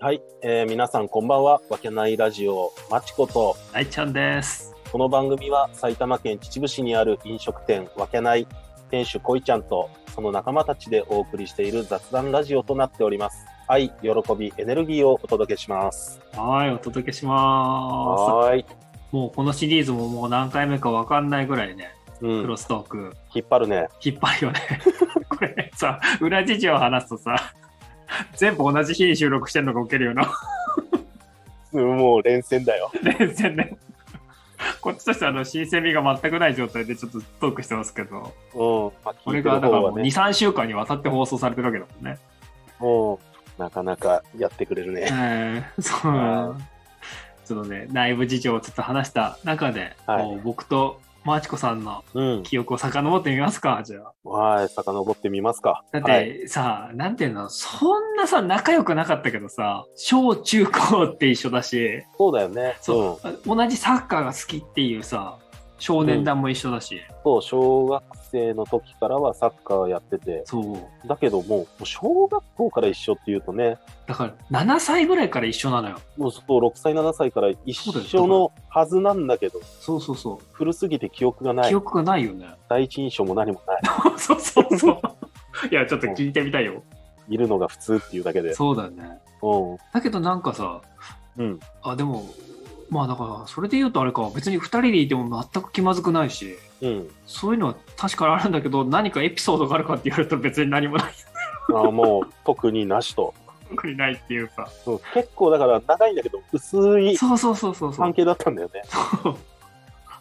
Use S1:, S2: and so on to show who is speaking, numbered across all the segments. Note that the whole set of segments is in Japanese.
S1: はい、えー皆さんこんばんは。わけないラジオ、まちこと、
S2: 大ちゃんです。
S1: この番組は埼玉県秩父市にある飲食店、わけない、店主こいちゃんと、その仲間たちでお送りしている雑談ラジオとなっております。愛、喜び、エネルギーをお届けします。
S2: はい、お届けしま
S1: はーい。
S2: す。もうこのシリーズももう何回目か分かんないぐらいね、
S1: う
S2: ク
S1: ん
S2: ロ、ストーク、
S1: 引っ張るね。
S2: 引っ張るよね。 これさ、裏事情を話すとさ、全部同じ日に収録してんのがウケるよな、
S1: うんもう連戦だ よ。
S2: 連戦ね。こっちとしてはあの新鮮味が全くない状態でちょっとトークしてますけど、
S1: うん。まあ、
S2: こ
S1: 聞
S2: れ
S1: いて
S2: が
S1: る
S2: だか
S1: 方
S2: らも
S1: は
S2: う2、
S1: ね、
S2: 3週間にわたって放送されてるわけだも んね。
S1: もう、なかなかやってくれるね。
S2: えーそう
S1: は
S2: ちょっとね内部事情をちょっと話した中で、
S1: はい
S2: こう僕とマーチコさんの
S1: うん。
S2: 記憶を遡ってみますかじゃあ
S1: はい、遡ってみますか。
S2: だっ
S1: はい、
S2: てさ、なんていうのそんなさ仲良くなかったけどさ小中高って一緒だし
S1: そうだよね。
S2: そう、同じサッカーが好きっていうさ少年団も一緒だし、
S1: うん。そう、小学生の時からはサッカーやってて、
S2: そう
S1: だけどもう、もう小学校から一緒っていうとね、
S2: だから7歳ぐらいから一緒なのよ
S1: もうそう6歳、7歳から一緒のはずなんだけど、
S2: そうそうそ
S1: 古すぎて記憶が
S2: う
S1: な
S2: 記
S1: い。
S2: 憶がないよね、
S1: 第一印象も何もない。
S2: そうそうそう いやちょっと聞いてみたいよ
S1: いるのが普通っていうだけで。
S2: そうだね
S1: うん。
S2: だけどなんかさ
S1: うん。
S2: あでもまあだからそれで言うとあれか別に2人でいても全く気まずくないし
S1: うん。
S2: そういうのは確かにあるんだけど何かエピソードがあるかって言われると別に何もない
S1: あもう、特になしと。
S2: 特にないっていうか
S1: うん結構だから長いんだけど、薄い
S2: そうそうそうそうそう
S1: 関係だったんだよね。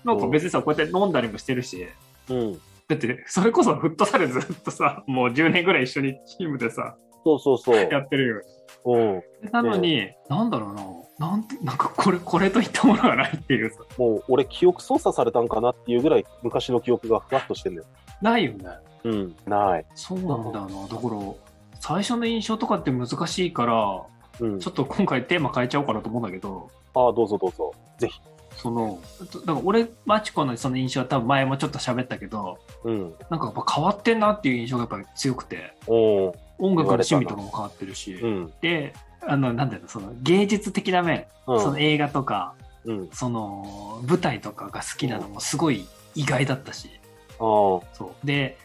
S2: なんか別にさこうやって飲んだりもしてるし
S1: うん。
S2: だってそれこそフットサルずっとさもう10年ぐらい一緒にチームでさ
S1: そうそうそう。
S2: やってるよ
S1: うん。
S2: なのに、なんだろうななんてなんかこれこれといったものがないっていうさ
S1: もう俺記憶操作されたんかなっていうぐらい昔の記憶がふわっとしてんだよ。
S2: ないよね
S1: うん。ない。
S2: そうなんだよなだから最初の印象とかって難しいから
S1: うん。
S2: ちょっと今回テーマ変えちゃおうかなと思うんだけど、
S1: ああ、どうぞどうぞ。ぜひ。
S2: その、だから俺、マチコのその印象は多分前もちょっと喋ったけど、
S1: うん。
S2: なんかやっぱ変わってんなっていう印象がやっぱり強くて、
S1: おー
S2: 音楽の趣味とかも変わってるし、
S1: うん。
S2: で、あの、なんだろう、その芸術的な面、
S1: うん。
S2: その映画とか、
S1: うん。
S2: その舞台とかが好きなのもすごい意外だったし、
S1: あー
S2: そう。で、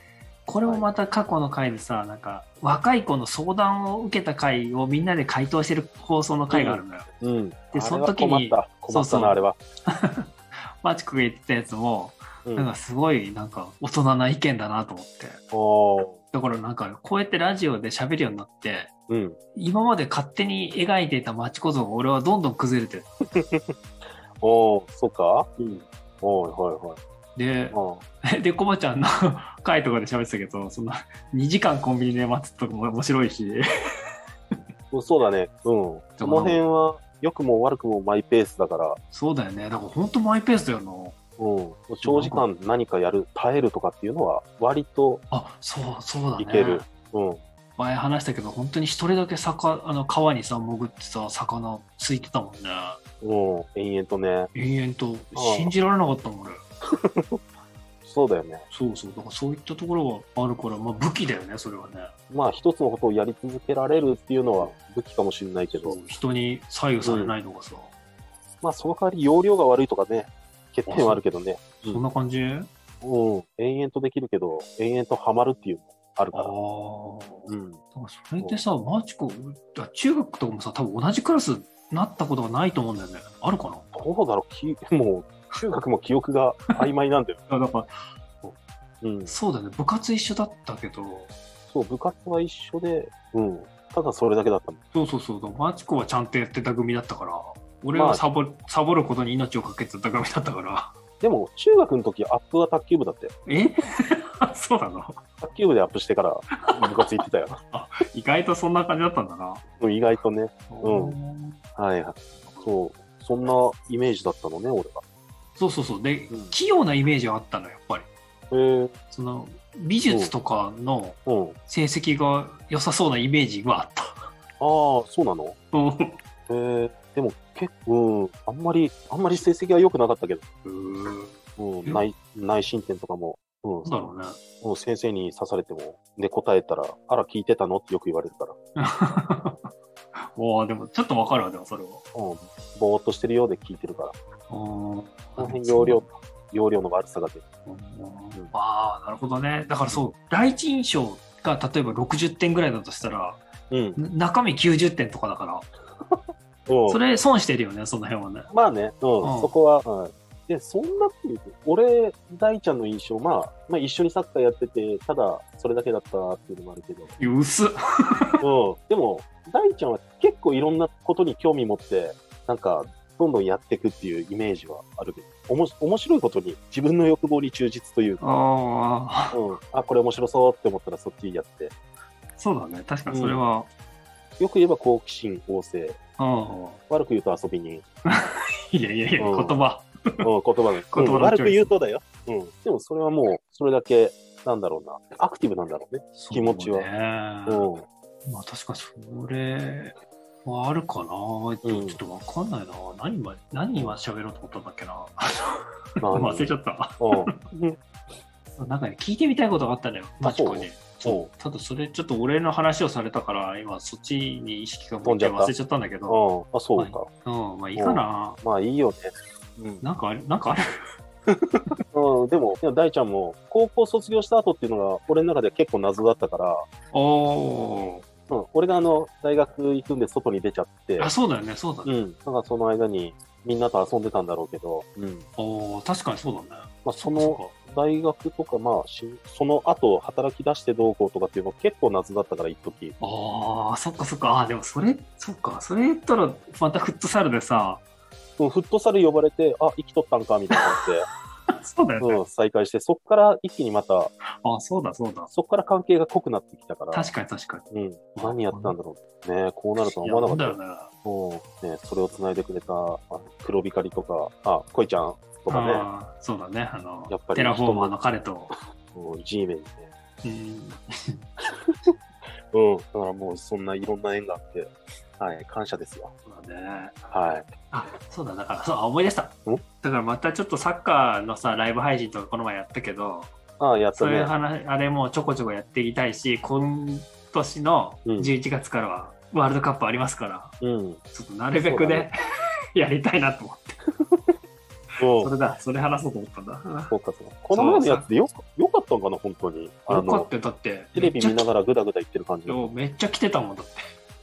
S2: これもまた過去の回でさ、なんか若い子の相談を受けた回をみんなで回答してる放送の回があるのよ。
S1: うん。
S2: で
S1: あれは
S2: その時に
S1: 困った。困った
S2: そうそう
S1: な、あれは。
S2: マチコが言ってたやつも、
S1: うん
S2: なんかすごいなんか大人な意見だなと思って
S1: おー
S2: だからなんかこうやってラジオで喋るようになって
S1: うん。
S2: 今まで勝手に描いていた町子像が俺はどんどん崩れてる、
S1: おーそうかおーはいはい。
S2: で
S1: あ
S2: でコバちゃんの 回とかで喋ってたけどその2時間コンビニで待つとかも面白いし
S1: ーそうだね。うん。その辺は、良くも悪くもマイペースだから、
S2: そうだよねだからほんとマイペースだよな
S1: うん。長時間何かやる、耐えるとかっていうのは、割と、
S2: あそうそうだね
S1: いけるうん。
S2: 前話したけど本当に一人だけ魚あの川にさ潜ってさ魚ついてたもんね
S1: うん。延々とね。
S2: 延々と信じられなかったもん俺
S1: そうだよね。
S2: そうそう、だからそういったところはあるから、まあ、武器だよね、それはね。
S1: まあ、一つのことをやり続けられるっていうのは武器かもしれないけど、
S2: 人に左右されないとかさ、
S1: まあ、その代わり容量が悪いとかね、欠点はあるけどね、うん
S2: そんな感じ、
S1: う
S2: あ
S1: ん、延々とできるけど、延々とハマるっていうのもある
S2: あ
S1: から。
S2: ー。
S1: うん、
S2: だからそれでさ、マチコ、だから中学とかもさ、多分同じクラスになったことがないと思うんだよね。あるかな
S1: どうだろうき、 もう、中学も記憶が曖昧なんだよ。
S2: だから
S1: うん、
S2: そうだね、部活一緒だったけど、
S1: そう、部活は一緒で、うん、ただそれだけだったの。
S2: そうそうそう、だからマチコはちゃんとやってた組だったから、俺
S1: ま
S2: は
S1: あ
S2: サボ,、サボることに命をかけてた組だったから、
S1: でも、中学の時、アップは卓球部だって。
S2: え そうなの
S1: 卓球部でアップして から、部活行ってたよ。
S2: 意外とそんな感じだったんだな。
S1: うん意外とね。うん
S2: ん
S1: はいはい。そう、そんなイメージだったのね、俺は。
S2: そうそうそう。で、
S1: うん
S2: 器用なイメージはあったの、やっぱり。
S1: へえ
S2: その、美術とかの
S1: うん。
S2: 成績が良さそうなイメージはあった。
S1: ああ、そうなの
S2: うん
S1: えー、でも結構、うん、あんまり、あんまり成績は良くなかったけど、うん、
S2: え
S1: 内内申点とかも、うん
S2: なんだろうね。
S1: うん、先生に刺されても、で、答えたら、あら、聞いてたのってよく言われるから。
S2: おーでもちょっとわかるわ、でもそれは。
S1: うん、ぼーっとしてるようで聞いてるから、
S2: こ
S1: この辺容量、容量の悪さが出る。
S2: ああ、なるほどね。だからそう、第一印象が例えば60点ぐらいだとしたら、
S1: うん。
S2: な中身90点とかだから、
S1: うん
S2: それ損してるよね、その辺はね。
S1: まあね、うん、
S2: うん
S1: そこは、はいで、そんなこと言うと、俺、大ちゃんの印象、まあ、まあ一緒にサッカーやってて、ただ、それだけだったなっていうのもあるけど、
S2: いや薄っ。
S1: うん、でも、大ちゃんは結構いろんなことに興味持って、なんか、どんどんやっていくっていうイメージはあるけど、おもし面白いことに自分の欲望に忠実と いうか、
S2: ああ、
S1: うん、あ、これ面白そうって思ったらそっちやって、
S2: そうだね。確かにそれは。
S1: よく言えば好奇心旺盛、
S2: ああ。
S1: 悪く言うと遊び 人、
S2: いやいやいや、言
S1: うん
S2: 葉。
S1: うん、言葉で。
S2: 言葉の
S1: うん悪
S2: チ
S1: く
S2: ョイス
S1: 言うとだよ。うん。でもそれはもう、それだけ、なんだろうな。アクティブなんだろうね。気持ちは
S2: は
S1: うん。
S2: まあ確かにそれはあるかな、ちょっとわかんないな何は何は喋ろうと思ったんだっけな
S1: まあ、
S2: 忘れちゃった
S1: うん。
S2: なんかね聞いてみたいことがあったのよマチコに
S1: そう。
S2: た だそれちょっと俺の話をされたから今そっちに意識が持って
S1: 飛んじゃった
S2: 忘れちゃったんだけど
S1: うん。あ、そうか。
S2: うんまあいいかな
S1: まあいいよね。うん。
S2: なんかあれなんかあれ
S1: うん、でも、でも大ちゃんも、高校卒業した後っていうのが、俺の中で結構謎だったから、
S2: おお
S1: うん。俺があの、大学行くんで外に出ちゃって
S2: ーあ、そうだよねそうだ
S1: う
S2: ね、
S1: ん。なんかその間に、みんなと遊んでたんだろうけど、うん。
S2: おー確かにそうだね
S1: まあその、大学とか、まあ、しその後、働き出してどうこうとかっていうの結構謎だったから、一時。
S2: ああそっかそっかあーでもそれそっかそれ言ったらまたフットサルでさ
S1: うんフットサル呼ばれて、あ、生きとったんか、みたいにな
S2: そうだ よね、
S1: って、うん、再開して、そっから一気にまた、
S2: あ、そうだそうだ。
S1: そっから関係が濃くなってきたから、
S2: 確かに確かに。
S1: うん、何やったんだろう。ねこうなるとはい思
S2: や
S1: わ
S2: な
S1: なん
S2: だ
S1: かっ
S2: よ
S1: た。
S2: ね。
S1: そうね、それを繋いでくれた、あの黒光りとか、あ、恋ちゃんとかね、
S2: あーそうだね。あの
S1: やっぱ、り
S2: テラフォーマーの彼と。
S1: うん G メンにね。
S2: うん、
S1: うん、だからもうそんないろんな縁があって、はい、感謝ですよ。
S2: そうだね。
S1: はい。
S2: あ、そうだ、だから、そう、あ思い出した。
S1: ん
S2: だからまたちょっとサッカーのさ、ライブ配信とかこの前やったけど、
S1: あ、やった
S2: そういう
S1: ね。
S2: 話、あれもちょこちょこやっていきたいし、今年の
S1: うん
S2: 11月からはワールドカップありますから、
S1: うん。
S2: ちょっとなるべく
S1: そうだ
S2: ね
S1: ね、
S2: やりたいなと思って。
S1: そ
S2: それだ、それ話そうと思ったんだ。
S1: そうかそうかこの前のやつでよかよかったんかな、本当に。あ
S2: よかっ
S1: の、
S2: たよ、だって。
S1: テレビ見
S2: めっ
S1: ながらぐだぐだ言ってる感じ
S2: ちゃ。めっちゃ来てたもんだって。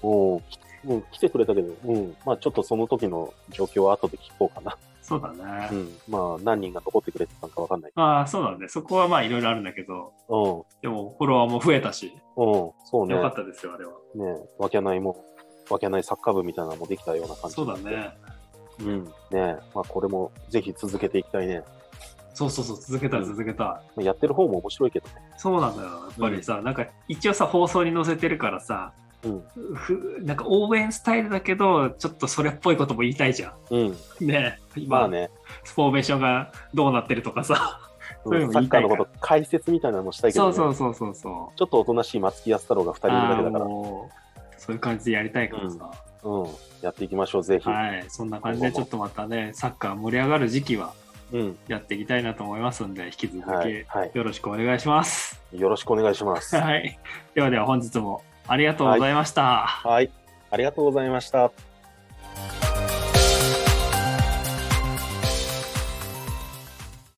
S1: うん、きうん、来てくれたけど、うん、まあちょっとその時の状況は後で聞こうかな。
S2: そうだね。
S1: うん、まあ何人が残ってくれてたんかわかんないけ
S2: まあそうだね。そこはまあいろいろあるんだけど、
S1: ど。
S2: でもフォロワーも増えたし、
S1: うん、うん、そうね
S2: よか。ったですよ、あれは。
S1: ね、わけないも、わけないサッカー部みたいなのもできたような感じ。
S2: そうだ。ね。
S1: うん、ね、まあこれもぜひ続けていきたいね。
S2: そうそうそう、続けた
S1: う
S2: い
S1: ん
S2: 続けたい。
S1: まあやってる方も面白いけどね。
S2: そうなんだよ、やっぱりさ、なんか一応さ、放送に載せてるからさ、
S1: うん、
S2: ふなんか応援スタイルだけど、ちょっとそれっぽいことも言いたいじゃ
S1: うん、
S2: ん。ねえ今、
S1: まあね、
S2: フォーメーションがどうなってるとかさ。そういううんの
S1: サッ
S2: 言い
S1: カー
S2: たい
S1: の
S2: から
S1: こと解説みたいなのもしたいけど、
S2: そ
S1: ね、
S2: うそうそうそうそう。
S1: ちょっとおとなしい松木安太郎が2人いるだけだか
S2: あー
S1: ら、
S2: もうそういう感じでやりたいからさ、
S1: うん、やっていきましょう、ぜひ。
S2: はい、そんな感じでちょっとまたね、サッカー盛り上がる時期は
S1: うん、
S2: やっていきたいなと思いますんで、引き続
S1: はい、
S2: き
S1: はい、
S2: よろしくお願いします。
S1: よろしくお願いします。
S2: はい。ではでは本日もありがとうございました。
S1: はい、ありがとうございました。